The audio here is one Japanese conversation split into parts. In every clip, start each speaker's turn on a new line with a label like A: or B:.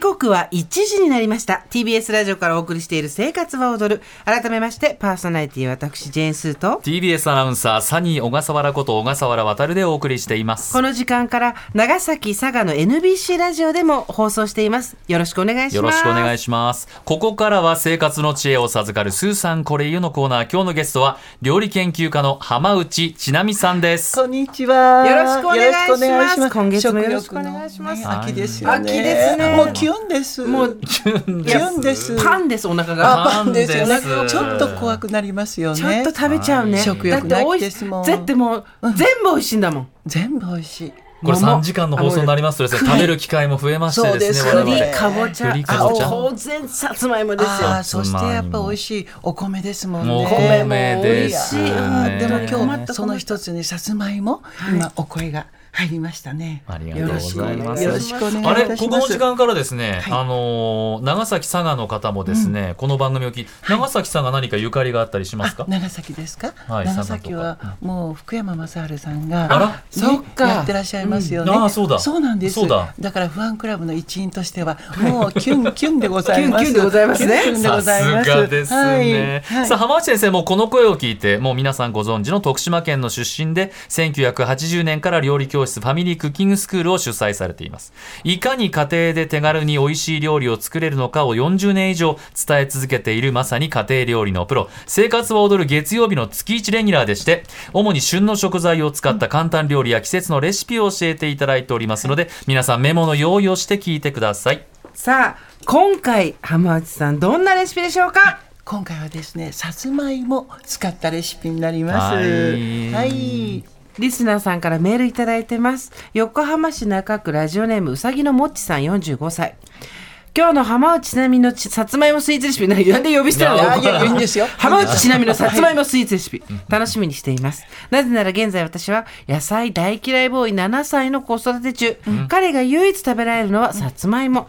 A: 刻は1時になりました TBS ラジオからお送りしている「生活は踊る」改めましてパーソナリティ私ジェーンスーと
B: TBS アナウンサーサニー小笠原こと小笠原渉でお送りしています
A: この時間から長崎佐賀の NBC ラジオでも放送していますよろしくお願いします
B: よろしくお願いしますここからは生活の知恵を授かるスーさんこれゆのコーナー今日のゲストは料理研究家の浜内千奈美さんです
C: こんにちは。
A: よろしくお願いします
C: よろくお願い
A: 今月もよろしくお願いします
C: 食欲のね秋ですよね。
A: 秋ですね
C: もうキュンです。
A: もう
C: キュンです。
A: パンですお腹が
C: あパンですよね。
B: パンです
C: ちょっと怖くなりますよね。
A: ちょっと食べちゃうね
C: はい食欲
A: だって
C: な
A: お
C: い
A: い
C: で
A: し
C: すもん
A: だってもう全部美味しいんだもん
C: 全部美味しい。
B: これ
A: 桃
B: 3時間の放送になりますとですね食べる機会も増えましてですね
C: そう
B: 我
C: です
B: 々
A: 栗かぼちゃ
B: 栗か
A: あ
B: ぼちゃ
A: 当然さつまいもですよ
C: ああ、そしてやっぱ美味しいお米ですもんね。
B: もうお
A: 米も
B: 米です
A: 美味しい
C: あ
A: あ
C: ー
B: ね
C: でも
A: 困
C: 今
A: った
C: 日その一つにさつまいも今お声が入りましたね。
B: ありがとうございます
C: よろしくお願いい
B: あ
C: た
B: れ、
C: し
B: こ
C: ま
B: この
C: す。
B: 時間からですね、
C: はい
B: あのー長崎佐賀の方もですね、この番組を聞いて、長崎さんが何かゆかりがあったりしますか
C: あ。長崎ですか、
B: はい
C: 長崎
B: 佐賀
C: は
B: と
C: もう福山雅治さん
B: あら
C: が、ね
A: そっか
C: やってらっしゃいますよね、
B: うんあーそうだ
C: そうなんです
B: そうだ
C: からファンクラブの一員としてはもうキュンキュンでございます
A: キュンキュンでございますね
C: キュンキュンでご
B: さす
C: ざいます
B: がですね、
C: はいはい
B: さあ浜内先生もこの声を聞いてもう皆さんご存知の徳島県の出身で1980年から料理教室ファミリークッキングスクールを主催されていますいかに家庭で手軽に美味しい料理を作れるのかを40年以上伝え続けているまさに家庭料理のプロ生活は踊る月曜日の月1レギュラーでして主に旬の食材を使った簡単料理や季節のレシピを教えていただいておりますので皆さんメモの用意をして聞いてください
A: さあ今回浜内さんどんなレシピでしょうか
C: 今回はですねさつまいも使ったレシピになります
B: はい
C: はい
A: リスナーさんからメールいただいてます。横浜市中区ラジオネームうさぎのもっちさん45歳。今日の浜内ちなみのちさつまいもスイーツレシピ、何なんで呼び捨てなの
B: いや
C: あいやいいんですよ
A: 浜内ちなみのさつまいもスイーツレシピ、楽しみにしています。なぜなら現在私は野菜大嫌いボーイ7歳の子育て中、彼が唯一食べられるのはさつまいも。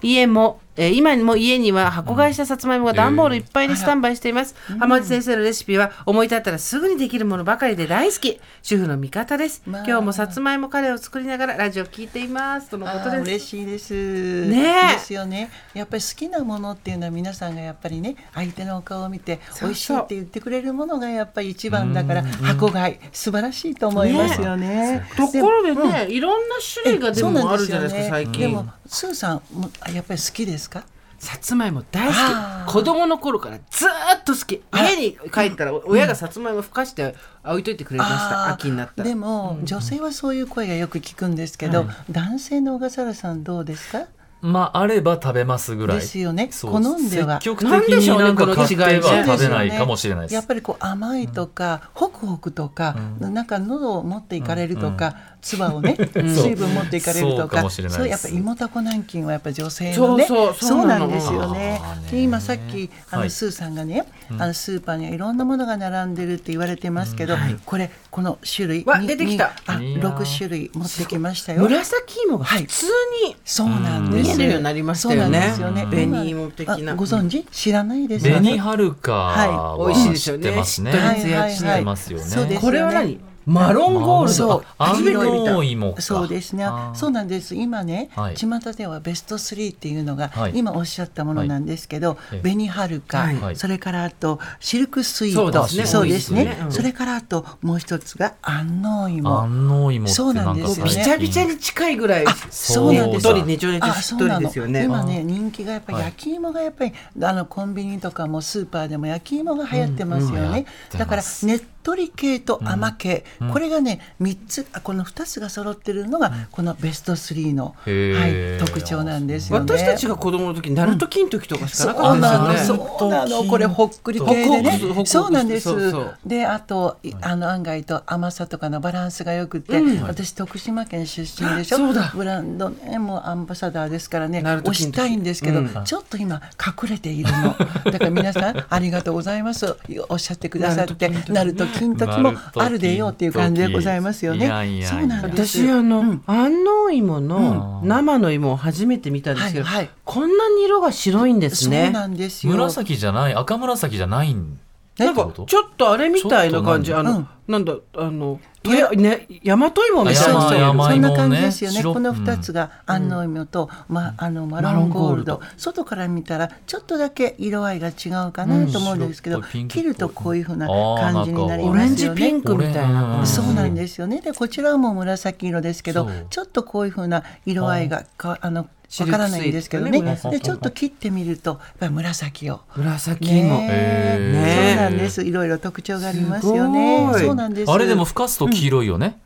A: 家も、えー今も家には箱買いしたさつまいもが段ボールいっぱいにスタンバイしています。浜内先生のレシピは思い立ったらすぐにできるものばかりで大好き。主婦の味方です。
C: まあ
A: 今日もさつまいもカレーを作りながらラジオ聞いています。とのこ
C: あ
A: と
C: ー
A: です
C: 嬉。しいです。
A: ねえ
C: ですよね。やっぱり好きなものっていうのは皆さんがやっぱりね相手のお顔を見て
A: そうそう
C: 美味しいって言ってくれるものがやっぱり一番だから箱買い素晴らしいと思いますよね。
A: ところでね、いろんな種類がで
C: そう
A: もあ
C: なん
A: る
C: です
A: じゃ
C: よ
A: ないですか、
C: ね。
A: 最近。
C: でもスーさんもやっぱり好きですか？
A: さつまいも大
C: あ
A: 好
C: ー
A: き子供の頃からずーっと好き家に帰ったら親がさつまいもふかして置いといてくれました、
C: あー
A: 秋になったら
C: でも、女性はそういう声がよく聞くんですけど、男性の小笠原さんどうですか？
B: まああれば食べますぐらい
C: ですよね
B: そう
C: 好んでは
B: 積極的になんか買っては食べないかもしれないです
C: やっぱりこう甘いとか、ホクホクとか、なんか喉を持っていかれるとか、唾をね、 水分持っていかれる
B: そ
C: と
B: うか
C: か、
B: もしれないです
C: そうやっぱ胃もたこ軟禁はやっぱ女性のね、
A: そうそうそうな
C: な
A: の
C: んですよね
B: あーね。
C: で今さっきあ
B: はい
C: のスーさんがね、あのスーパーにはいろんなものが並んでるって言われてますけど、これこの種類
A: わ
C: に
A: 出てきた
C: にあ、
B: いやー
C: 六種類持ってきましたよ。
A: 紫芋が普通に、
C: そうなんです。
A: 見えるようになりましたよね
C: そうなんですよね。
A: 紅芋的な
C: あご存知？知らないです。
B: 紅はるかは
A: はい美味しいです
B: 知
A: よ
B: っ
A: ね
B: てますね
A: しっとり
C: はい
A: ツヤツヤ
B: してますよね
C: そうですよね
A: これは何マロンゴールド
C: そう
B: あ
A: 初めて見た
B: 安納芋か
C: そうですね
B: あー
C: そうなんです今ね、
B: はい
C: 巷ではベスト3っていうのが、
B: はい
C: 今おっしゃったものなんですけど、
B: い
C: 紅はるか、
B: はい
C: それからあとシルクスイート
A: そうですね
C: そうです
B: 多い
C: ね
B: で
A: よ
B: す
A: ねうん
C: それからあともう一つが安納芋
B: 安納芋ってなんか
C: そうな
B: 最
C: んで
A: び
C: す
B: 近
C: よ
A: ちゃ
C: ね
A: びちゃに近いぐらい
C: そうなんです
A: ねっ
C: よ
A: とりねちょねちょしっとりですよね
C: あそうなの今ね人気がやっぱり
B: はい
C: 焼き芋がやっぱり、あのコンビニとかもスーパーでも焼き芋が流行ってますよね、
B: うんうん流行ってます
C: だからねっとり系と甘系、これがね三つあこの二つが揃ってるのがこのベスト3の、
B: へー
C: はい、特徴なんですよね。
A: 私たちが子供の時ナルト金時とかし
C: そ
A: か
C: う
A: なかった
C: な
A: で
C: の、
A: すよね、
C: そうなの、これほっくり系で
A: ほくほく
C: ね。そうなんで
A: ほくほく
C: す
A: してそう。
C: で、あと、いあの案外と甘さとかのバランスが良くて、私徳島県出身でしょ。
A: そうだ
C: ブランドね、もうアンバサダーですからね、
A: なると金時
C: 推したいんですけど、
A: うん
C: ちょっと今隠れているの。だから皆さん、あ りがとうございます。おっしゃってくださって、なると金時もあるでよっていう感じでございますよね。
B: なると金時いやいやいや
C: そうなんです。
A: 私あの、安納芋の生の芋を初めて見たんですけど、
C: はいはい
A: こんなに色が白いんです
C: そう
A: ね
C: なんですよ。
B: 紫じゃない赤紫じゃないん
A: なんかちょっとあれみたいな感じ
B: ちょ
A: あ
B: っ
C: と何
A: の、なんだあのいやね大和芋みたいな
B: 山
C: そうそう
B: 山
C: そん
B: 芋ね
C: な感じですよね。
B: 白
C: この二つが安納芋と、まあのマロンゴールド。外から見たらちょっとだけ色合いが違うかなと思うんですけど、
B: うん白っぽいピンクっぽ
C: 切
B: い
C: るとこういう風な
B: あー
C: 感じになり
A: オ
C: ま
A: レン
C: す
A: ジ
C: よね。
A: ピンクみたいな
B: うん
C: そうなんですよね。でこちらはもう紫色ですけど
B: そう、
C: ちょっとこういう風な色合いがかあの
A: シ
C: わ
A: ル
C: か
A: クスイーツ
C: らないんですけどね。
A: ね
C: でちょっと切ってみるとやっぱり紫を。
A: 紫芋、
C: ねえ
B: ねえ
C: そうなんです。いろいろ特徴がありますよね
A: すご。い
C: そうなんです。
B: あれでもふかすと黄色いよね。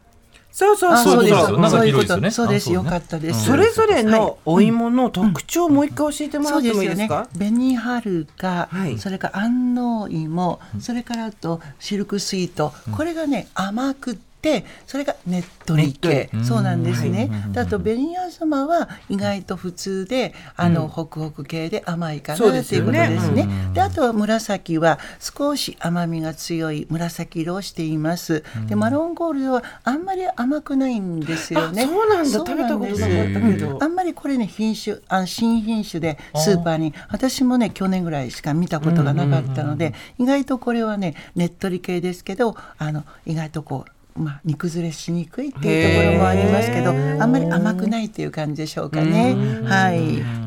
A: そうそう
C: あ
A: そ
C: そううで
A: そう
C: す
B: そうなんか
C: そういうこ
B: 広いで
C: と
B: すよ
C: そ
B: ね
C: うです
B: あそう
C: よ
B: ね
C: かったです。
A: それぞれのお芋の特徴をもう一回教えてもら
C: そ
A: っ
C: う
A: て
C: で
A: も
C: す
A: いい
C: よ
A: です
C: ね
A: か。
C: 紅はるか、
A: はい
C: それから安納芋、それからあとシルクスイート、これがね甘くってそれがねっとり系
B: ねっとり
C: そうなんです
B: う
C: ね
B: んはい。
C: だと紅あずまは意外と普通であの、ホクホク系で甘いかなと
A: そう
C: い
A: で
C: うこ
A: す
C: と
A: よ
C: です
A: ね
C: ね。
B: うん
C: であとは紫は少し甘みが強い紫色をしています。でマロンゴールドはあんまり甘くないんですよね。
A: あそうなんだ
C: そうなんです
B: 食べたことなかったけど
C: うんあんまりこれね品種あ新品種でスーパーに私もね去年ぐらいしか見たことがなかったので、意外とこれはねねっとり系ですけどあの意外とこう。まあ、煮崩れしにくいっていうところもありますけど
A: へー
C: あんまり甘くないっていう感じでしょうかね。はい、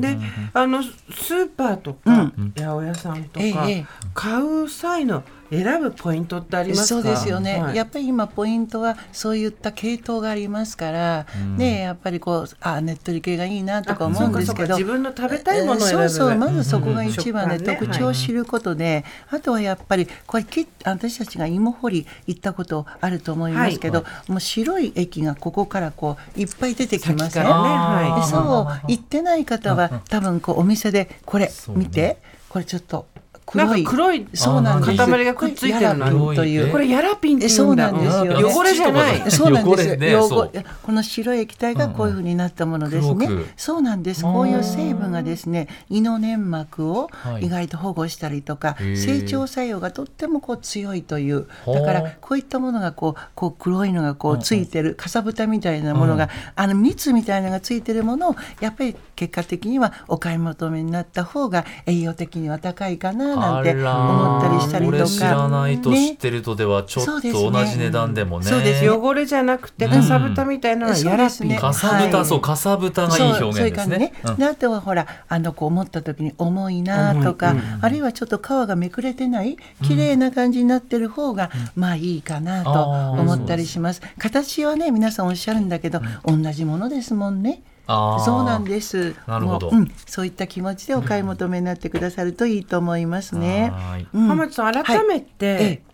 A: で、あのスーパーと
C: う
A: か
C: ん
A: 八百屋さんと
C: え
A: か
C: えええ
A: 買う際の選ぶポイントってありますか。
C: そうですよね、
A: はい
C: やっぱり今ポイントはそういった系統がありますから、ねやっぱりこうあねっとり系がいいなとか思うんですけ
A: あ
C: ど
A: そうかそうか自分の食べたいものを選ぶ
C: そうそうまずそこが一番で、
A: うんうんうん
C: 特徴を知ることで、あとはやっぱりこれき私たちが芋掘り行ったことあると思いますけど、もう白い液がここからこういっぱい出てきます
A: 先か
C: ね。
A: らね
B: あー
A: は
C: で
A: い。
C: そう行ってない方は多分こうお店でこれ
B: そうね
C: 見て、これちょっと黒い
A: なんか黒い
C: そうなんです
A: 塊がくっついてるの。
C: これヤラピンとい
B: 黒
C: う
B: い
A: これヤラピンって
C: え
A: 言
C: そううん
A: だ
C: なんですよ、
B: あ
C: ね。
B: ー
A: 汚れじゃない
B: 土とか
C: そうなんです
B: 汚れね
C: よ
B: そ
C: 汚
B: う
C: この白い液体がこういうふうになったものですね、
B: うんうん黒く
C: そうなんですこういう成分がですね胃の粘膜を
B: はい
C: 意外と保護したりとか、
B: へー
C: 成長作用がとってもこう強いという
B: ほう
C: だからこういったものがこうこう黒いのがこうついてるかさぶたみたいなものが、あの蜜みたいなのがついてるものをやっぱり結果的にはお買い求めになった方が栄養的には高いかななんて
B: あら
C: 思ったりしたりと
B: こ
C: か。
B: れ知らないと知っ
C: ね
B: てるとではちょっ
C: そう
B: と
C: ですね
B: 同じ値段でもね。
C: そうですよ
A: 汚れじゃなくて
B: うん
A: かさぶたみたいなのはヤラ
C: そ
A: ピ
C: う
A: ン。
C: ですね
B: かさぶ
C: は
B: た
C: い
B: そうかさぶたがいい表現ですね。
C: そうそういう感じね。であとはほらあのこう思った時に重いなとか、あるいはちょっと皮がめくれてない綺麗な感じになってる方が、まあいいかなと思ったりします。形はね皆さんおっしゃるんだけど、同じものですもんね。
B: あー
C: そうなんです。
B: なるほど
C: もううん、そういった気持ちでお買い求めになってくださるといいと思いますね。
B: はい
C: うん
A: 浜地さん改め
C: はい
A: て
C: ええ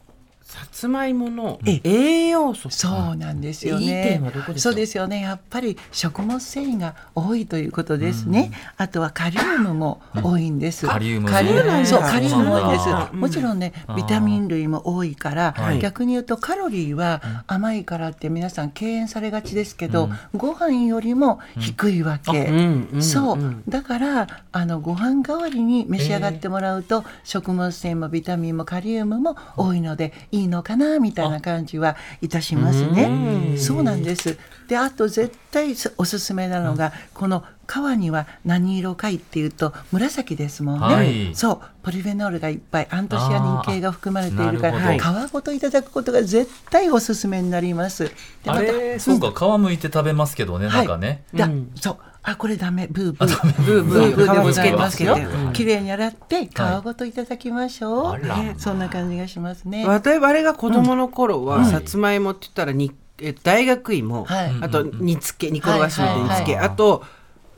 A: さつまいもの
C: え
A: 栄
C: え
A: 養素。
C: そうなんですよね。
A: いい点はどこですか
C: そうですよね。やっぱり食物繊維が多いということですね。あとはカリウムも多いんです。
B: カリウムね
C: カリウム
A: そ
C: そう
A: うなんだ
C: カリウム多いで
B: そう
A: なんだ
C: す。もちろんね
B: うん
C: ビタミン類も多いから、
B: はい
C: 逆に言うとカロリーは甘いからって皆さん敬遠されがちですけど、ご飯よりも低いわけ。
A: うんうん
C: そう、
A: うん
C: だからあのご飯代わりに召し上がってもらうと、食物繊維もビタミンもカリウムも多いのでいいのかなみたいな感じはいたしますね。そうなんですであと絶対すおすすめなのが、この皮には何色かいっていうと紫ですもんね、
B: はい
C: そうポリフェノールがいっぱいアントシアニン系が含まれているか
B: あ
C: ら
B: ーなる
C: 皮ごといただくことが絶対おすすめになります。で
B: あ
C: また
B: れそうか皮むいて食べますけどね
C: は
B: ないんかね。
C: だ、そう。あ、これダメ、ブーブ
B: ダメ
C: ー。ブーブー
A: ブー
C: ブ
A: ブー
C: ーでございますよ
A: 皮つけてう。ん
C: 綺麗に洗って、皮ごといただきましょう。
B: はいあら
C: ねそんな感じがしますね。は
A: 我々が子供の頃は、
B: うん
A: さつまいもって言ったらにえ大学芋、
C: はい
A: あと煮つけ煮転がしみたいな煮つけ、
B: はいはいはい
A: あと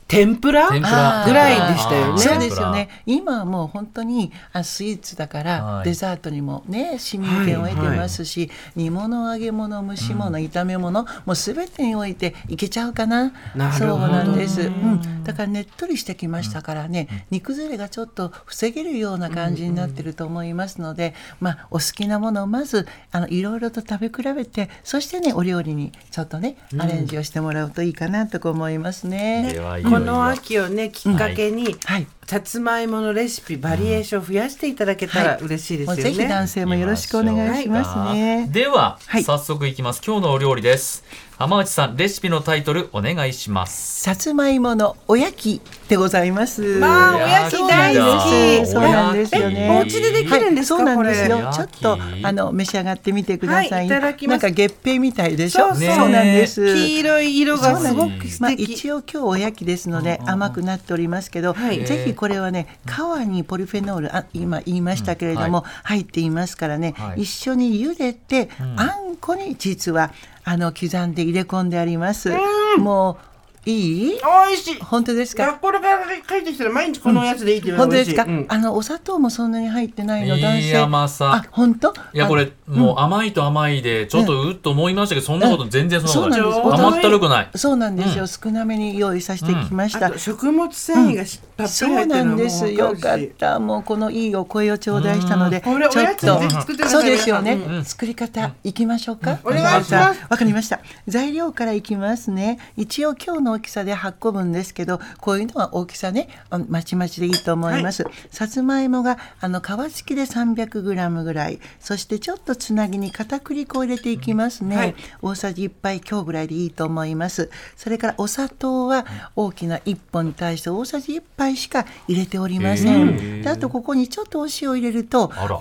A: 天ぷら
B: 天ぷら
C: あー
A: ぐらいでしたよね
C: そうですよね。今はもう本当にあスイーツだから、
B: はい
C: デザートにもね市民権を得てますし、煮物揚げ物蒸し物、炒め物もう全てにおいていけちゃうかな
A: なるほど
C: そうなんです、うん、だからねっとりしてきましたからね、煮崩れがちょっと防げるような感じになってると思いますので、まあ、お好きなものをまずあのいろいろと食べ比べてそしてねお料理にちょっとねアレンジをしてもらうといいかなとこう思いますね。
B: ではいい
A: ここの秋をねきっかけに、
C: はい
A: さつまいものレシピバリエーション増やしていただけたら
C: はい
A: 嬉しいです
C: も
A: よね、
C: うぜひ男性もよろしくお願いしますね。
B: では、
C: はい
B: 早速いきます今日のお料理です浜内さんレシピのタイトルお願いします
C: さつまいものおやきでございます。
A: まあおやき大好き
C: そうなんですよね。
A: えお家でできるんですか
C: はいそうなんです
B: これ
C: よ。ちょっと
B: おやき
C: あの召し上がってみてください。
A: はいいただきます
C: なんか月餅みたいでしょ。
A: そうそう
C: なんです。
A: 黄色い色がすごく素敵、
C: まあ、一応今日おやきですので甘くなっておりますけど、
A: はい
C: ぜひこれはね皮にポリフェノールあ今言いましたけれど
B: うん
C: も、入っていますからね、
B: はい
C: 一緒に茹でて、あんこに実はあの刻んで入れ込んであります。もういい
A: 美味しい
C: 本当ですか
A: 学校から帰ってきたら毎日このおやつでいいって言わ
C: 本当
A: れ
C: で
A: て
C: すか、
A: 美味しいうん
C: あのお砂糖もそんなに入ってないの
B: いい
C: 男性
B: 甘さ
C: あ本当
B: いやこ
C: あ
B: れもう甘いと甘いでちょっとうっと思いましたけどそんなこと全然そんなこと
A: そう
B: ない
A: なん
B: 甘
A: です
B: ったるくない
C: そうなんですよ、
B: う
C: 少なめに用意させてきました、
A: あと食物繊維がしったっぷ
C: そ
A: り入
C: う
A: ってる
C: な
A: のも
C: んですよ
A: わ
C: か
A: る
C: っ
A: した
C: もうこのいいお声を頂戴したのでちょ
A: これおや
C: っ
A: つにぜひ
C: と
A: 作ってくださ
C: そ
A: いう
C: ですよね
A: 皆さんうん
C: 作り方いきましょうか
A: お願いします
C: わかりました材料からいきますね一応今日の大きさで8個分ですけどこういうのは大きさねあまちまちでいいと思います、さつまいもがあの皮付きで 300g ぐらいそしてちょっとつなぎに片栗粉を入れていきますね、
A: はい
C: 大さじ1杯強ぐらいでいいと思いますそれからお砂糖は大きな1本に対して大さじ1杯しか入れておりませ
B: へー
C: んであとここにちょっとお塩を入れると
B: あら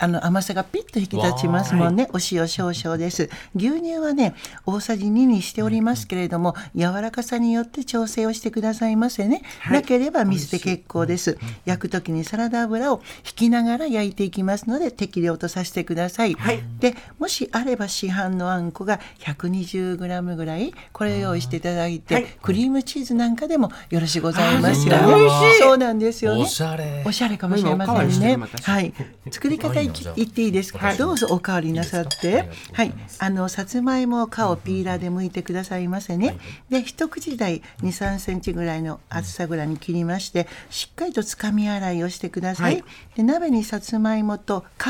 C: あの甘さがピッと引き立ちますもんねお塩少々です牛乳はね大さじ2にしておりますけれども柔らかさによって調整をしてくださいませね、なければ水で結構です焼く時にサラダ油を引きながら焼いていきますので適量とさせてください、
A: はい
C: でもしあれば市販のあんこが 120g ぐらいこれを用意していただいて、
A: はい
C: クリームチーズなんかでもよろしゅうございますよ
B: あ
C: ね
B: ー美味しい
C: そうなんですよね
B: おしゃれ
C: おしゃれかもしれま
A: 今おかわ
C: せ
A: りし
C: ん
A: て
C: ね
A: る私
C: はい作り方いき言っていいですか、
B: はい
C: どうぞお代わりなさっ
B: いいです
C: て
B: かありが
C: はい
B: とうございます
C: あのさつまいもを皮をピーラーで剥いてくださいませねで一口大23センチぐらいの厚さぐらいに切りましてしっかりとつかみ洗いをしてください、
A: はい
C: で鍋にさつまいもと皮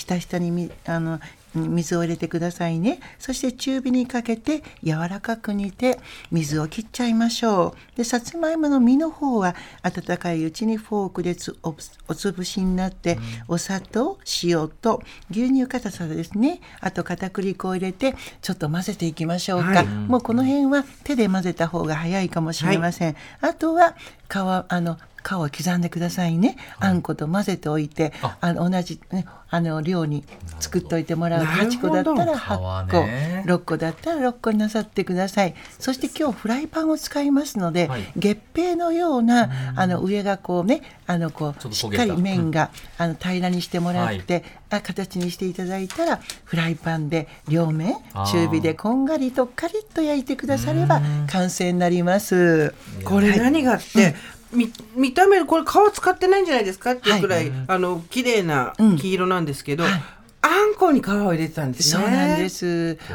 C: ひたひたにみあの水を入れてくださいねそして中火にかけて柔らかく煮て水を切っちゃいましょうでさつまいもの実の方は温かいうちにフォークでつおおつぶしになって、お砂糖塩と牛乳硬さですねあと片栗粉を入れてちょっと混ぜていきましょうか、
A: はい
C: もうこの辺は手で混ぜた方が早いかもしれません、あとは皮あの皮を刻んでくださいね、あんこと混ぜておいて
B: あ
C: あの同じ、ね、あの量に作っといてもらう
A: なる
C: 8
A: ほ
C: 個
A: ど
C: だったら8
B: 皮
C: 個、
B: ね
C: 6個だったら6個になさってくださいそして今日フライパンを使いますので、
B: はい
C: 月餅のようなあの上がこうねあのこ
B: ちょっと
C: うし
B: 焦
C: っ
B: げた
C: かり面が、あの平らにしてもらって、あ形にしていただいたらフライパンで両面
B: あー
C: 中火でこんがりとカリッと焼いてくだされば完成になります。
A: これ何があって、み見た目これ皮使ってないんじゃないですかっていうくらい、あの綺麗な黄色なんですけど、あんこに皮を入れてたんです
C: そう
A: ね
C: なんです
B: う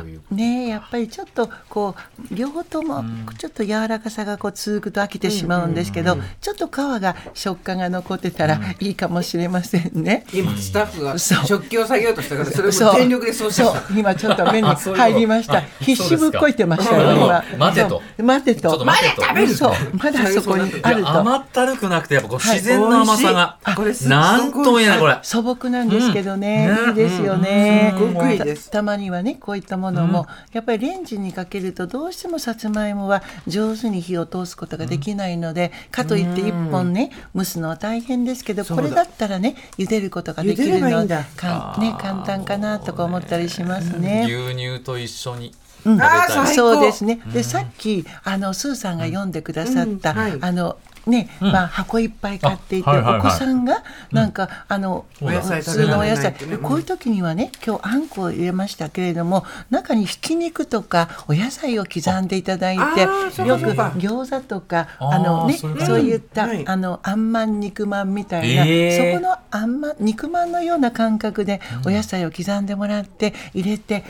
B: いう。
C: ねえやっぱりちょっとこう両方ともちょっと柔らかさがこう続くと飽きてしまうんですけど、ちょっと皮が食感が残ってたらいいかもしれませんね。
A: 今スタッフが
C: そう
A: 食器を下げようとしたからそれを
C: そう
A: 全力でそうしました
C: そう今ちょっと目
B: そうい
C: に
B: うこと
C: 入りました
B: あ
C: 必死ぶっこいてましたよ
B: そうで
C: 今
B: すか待てと
C: そう待て
B: ちょっ
C: と
B: と待てとまだ食べる
C: そうまだそこにあ
B: い
C: る
B: や
C: と
B: 甘ったるくなくてやっぱこう自然な甘さが、
A: はい美味しいあ
B: なんとも言えないこれ
C: 素朴なんですけどね、
B: うん
C: いいですよね、
A: うんすごくいいです
C: たたまにはねこういったものも、やっぱりレンジにかけるとどうしてもさつまいもは上手に火を通すことができないので、かといって一本ね蒸すのは大変ですけど
A: そう
C: こ
A: だ
C: れだったらね茹でることができ
A: 茹で
C: る
A: ればいいん
C: の
A: だ
C: でかんね簡単かなとか思ったりしますね。
B: 牛乳と一緒に食
C: うん
B: べたい、
A: あー最高
C: そうですね。で、さっき、あの、スーさんが読んでくださった、
A: うんはい
C: あの、ね、まあ、箱いっぱい買っていて、
B: あはいはいはい
C: お子さんが、なんか、あの、
B: お野
A: 菜
C: 普
A: 食べ
C: 通
A: ら
C: のお
A: れ
C: 野
A: ない
C: 菜、
A: ってね
C: こういう時にはね、今日あんこを入れましたけれども、中にひき肉とか、お野菜を刻んでいただい
A: ああーそ
C: て、
A: うか
C: よく
A: そうか
C: 餃子とか、
B: あー
C: あのね、
B: そ
C: そう
B: いう
C: う
B: こと
C: いった、
A: はい
C: あの、あんまん肉まんみたいな、
B: えー
C: そこのあんまん、肉まんのような感覚で、お野菜を刻んでもらって、入れて、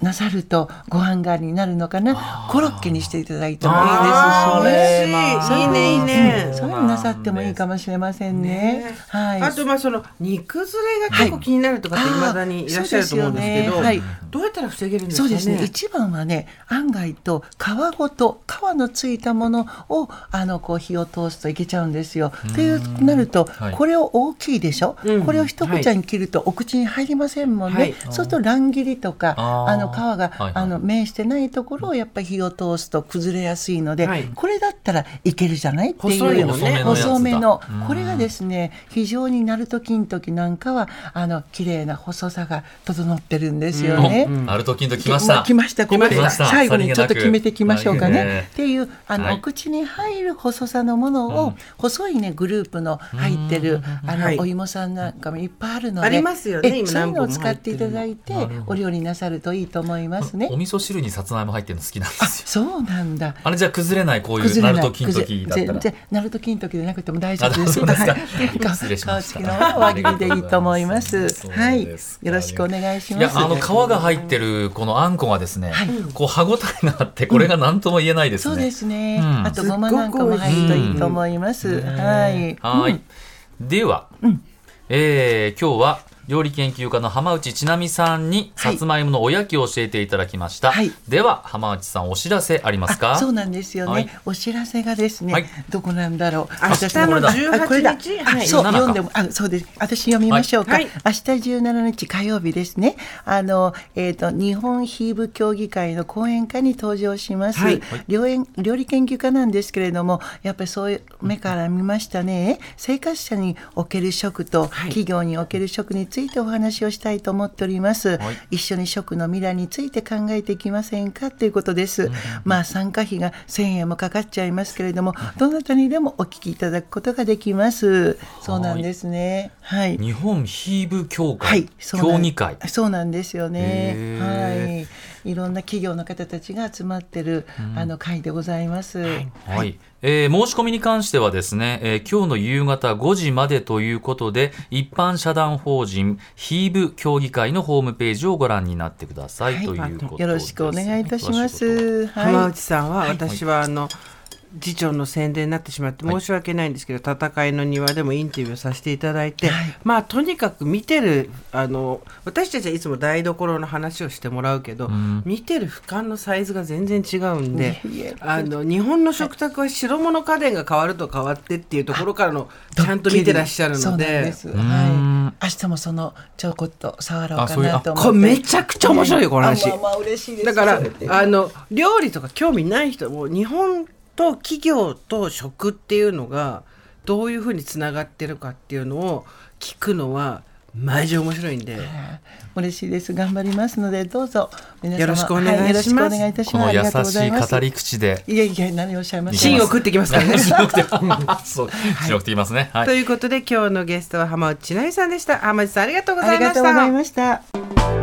C: なさるとご飯代わりになるのかなコロッケにしていただいてもいいですし
A: あー
C: ね。
A: 嬉しいいいねいいね
C: そういうのなさってもいいかもしれませんね。
A: ね
C: はい。
A: あとまあその煮崩れが結構気になるとかっていまだにいらっしゃると思うんですけど、
C: あーそうですよね
A: どうやったら防げるんです
C: そ
A: かね
C: うですね一番はね案外と皮ごと皮のついたものをあのこう火を通すといけちゃうんですよ。というなると、
B: はい
C: これを大きいでしょ、
A: うん
C: これを一口に切るとお口に入りませんもんね、
A: はい
C: そうすると乱切りとか
B: あー
C: あの皮が、
B: はい
C: あの面してないところをやっぱり火を通すと崩れやすいので、
A: はい
C: これだったらいけるじゃないっていう
A: 細いのね
C: 細め
B: 細めの
C: の
B: やつだ
C: これがですね非常になると金時なんかはあの綺麗な細さが整ってるんですよね。
B: ある時ときました。
C: 来ました、来ま
B: 来ま
C: し
B: した
C: た。最後にちょっと決めていきましょうか
B: さりげなく
C: ね。っていう、あ
B: は
C: の、
B: い
C: お口に入る細さのもの
B: うん
C: を、細いね、グループの入ってる、あ
A: はい
C: の、お芋さんなんかもいっぱいあるので。
A: ありますよね
C: え
A: 今
C: そうい
A: 何
C: うの
A: 本
C: を
A: も
C: 使っていただいて
B: 入ってるの、
C: お料理なさるといいと思いますね
B: お。味噌汁にさつまいも入ってるの好きなんですよ。
C: そうなんだ。
B: あれじゃあ崩れないこういう
C: 崩
B: ナ
C: れ
B: ル
C: ない。
B: ト金時だった
C: 崩
B: ら。
C: れ全然ナルト金時でなくても大丈夫で
B: あ
C: す。
B: そうですか
C: はい
B: 失礼しました
C: 皮付きの輪切りでいいと思いま
B: あり
C: す
B: がとう。ござ
C: はいい。
B: ま
C: よ
B: す
C: ろしくお願いし
B: い
C: ま
B: や
C: す。
B: あの皮が入ってるこのあんこがですね、
C: はい
B: こう歯ごたえがあってこれが何とも言えないですね。
C: そうですね。
B: うん
C: あとごまなんかも入るといいと思います。はい。
B: はい、
C: うん
B: では、えー今日は料理研究家の浜内千奈美さんに
C: は
B: さ
C: い
B: つまいものおやきを教えていただきました、
C: はい
B: では浜内さんお知らせありますか
C: あそうなんですよね、
B: はい
C: お知らせがですね、
B: はい
C: どこなんだろ
A: 明
C: う
A: 日の18
C: あこれだ
A: 日
C: あ
A: はい
C: そう
B: 17か
C: 読んでもあそうです私読みましょうか、
A: はい
C: 明日17日火曜日ですねあのえっ、と日本ヒーブ協議会の講演会に登場します、
A: はい
C: 料理料理研究家なんですけれどもやっぱりそういう目から見ましたね生活者における食と
A: はい
C: 企業における食についてお話をしたいと思っております、
B: はい
C: 一緒に食の未来について考えていきませんかということです、まあ参加費が1000円もかかっちゃいますけれどもどなたにでもお聞きいただくことができますそうなんですねはい
B: 日本ヒーブ協
C: は
B: 会、
C: い、そうなん
B: 協議会
C: そうなんですよね。は
B: へ
C: い、いろんな企業の方たちが集まってる、あの会でございます。
B: はい、えー申し込みに関してはですね、えー今日の夕方5時までということで一般社団法人ヒーブ協議会のホームページをご覧になってください、
C: はい
B: ということです
C: よろしくお願いいたしま
B: 詳いこと
C: す。
A: 浜
C: は
A: 内さんは私はあの次長の宣伝になってしまって申し訳ないんですけど、戦いの庭でもインタビューさせていただいて、まあとにかく見てるあの私たちはいつも台所の話をしてもらうけど、見てる俯瞰のサイズが全然違うんで、
C: いえいえ
A: あの日本の食卓は白物家電が変わると変わってっていうところからのちゃんと見てらっしゃる
C: そう
A: の
C: なん
A: で
C: です。はい。明日もそのちょこっと触ろうかなと思って。
A: これめちゃくちゃ面白いよこの話。
C: あまあまあ嬉しいです。
A: だから
C: それで
A: あの料理とか興味ない人も日本と企業と食っていうのがどういうふうにつながってるかっていうのを聞くのはマジ面白いんで、
C: 嬉しいです。頑張りますのでどうぞ皆様
A: よろしくお願いします
C: はよろしくお願いいたし
B: こ
C: ま
B: の
C: す。あり
B: 優
C: がとうござ
B: しい
C: います
B: 語り口で
C: いやいや何をおっしゃいます。
A: 芯を食ってきますからね。
B: 白くて そう白くて言いますね はい
A: ということで今日のゲストは浜内千奈美さんでした。浜内さんありがとうご
C: あ
A: ざい
C: り
A: ま
C: が
A: し
C: とうござ
A: た
C: い。ました。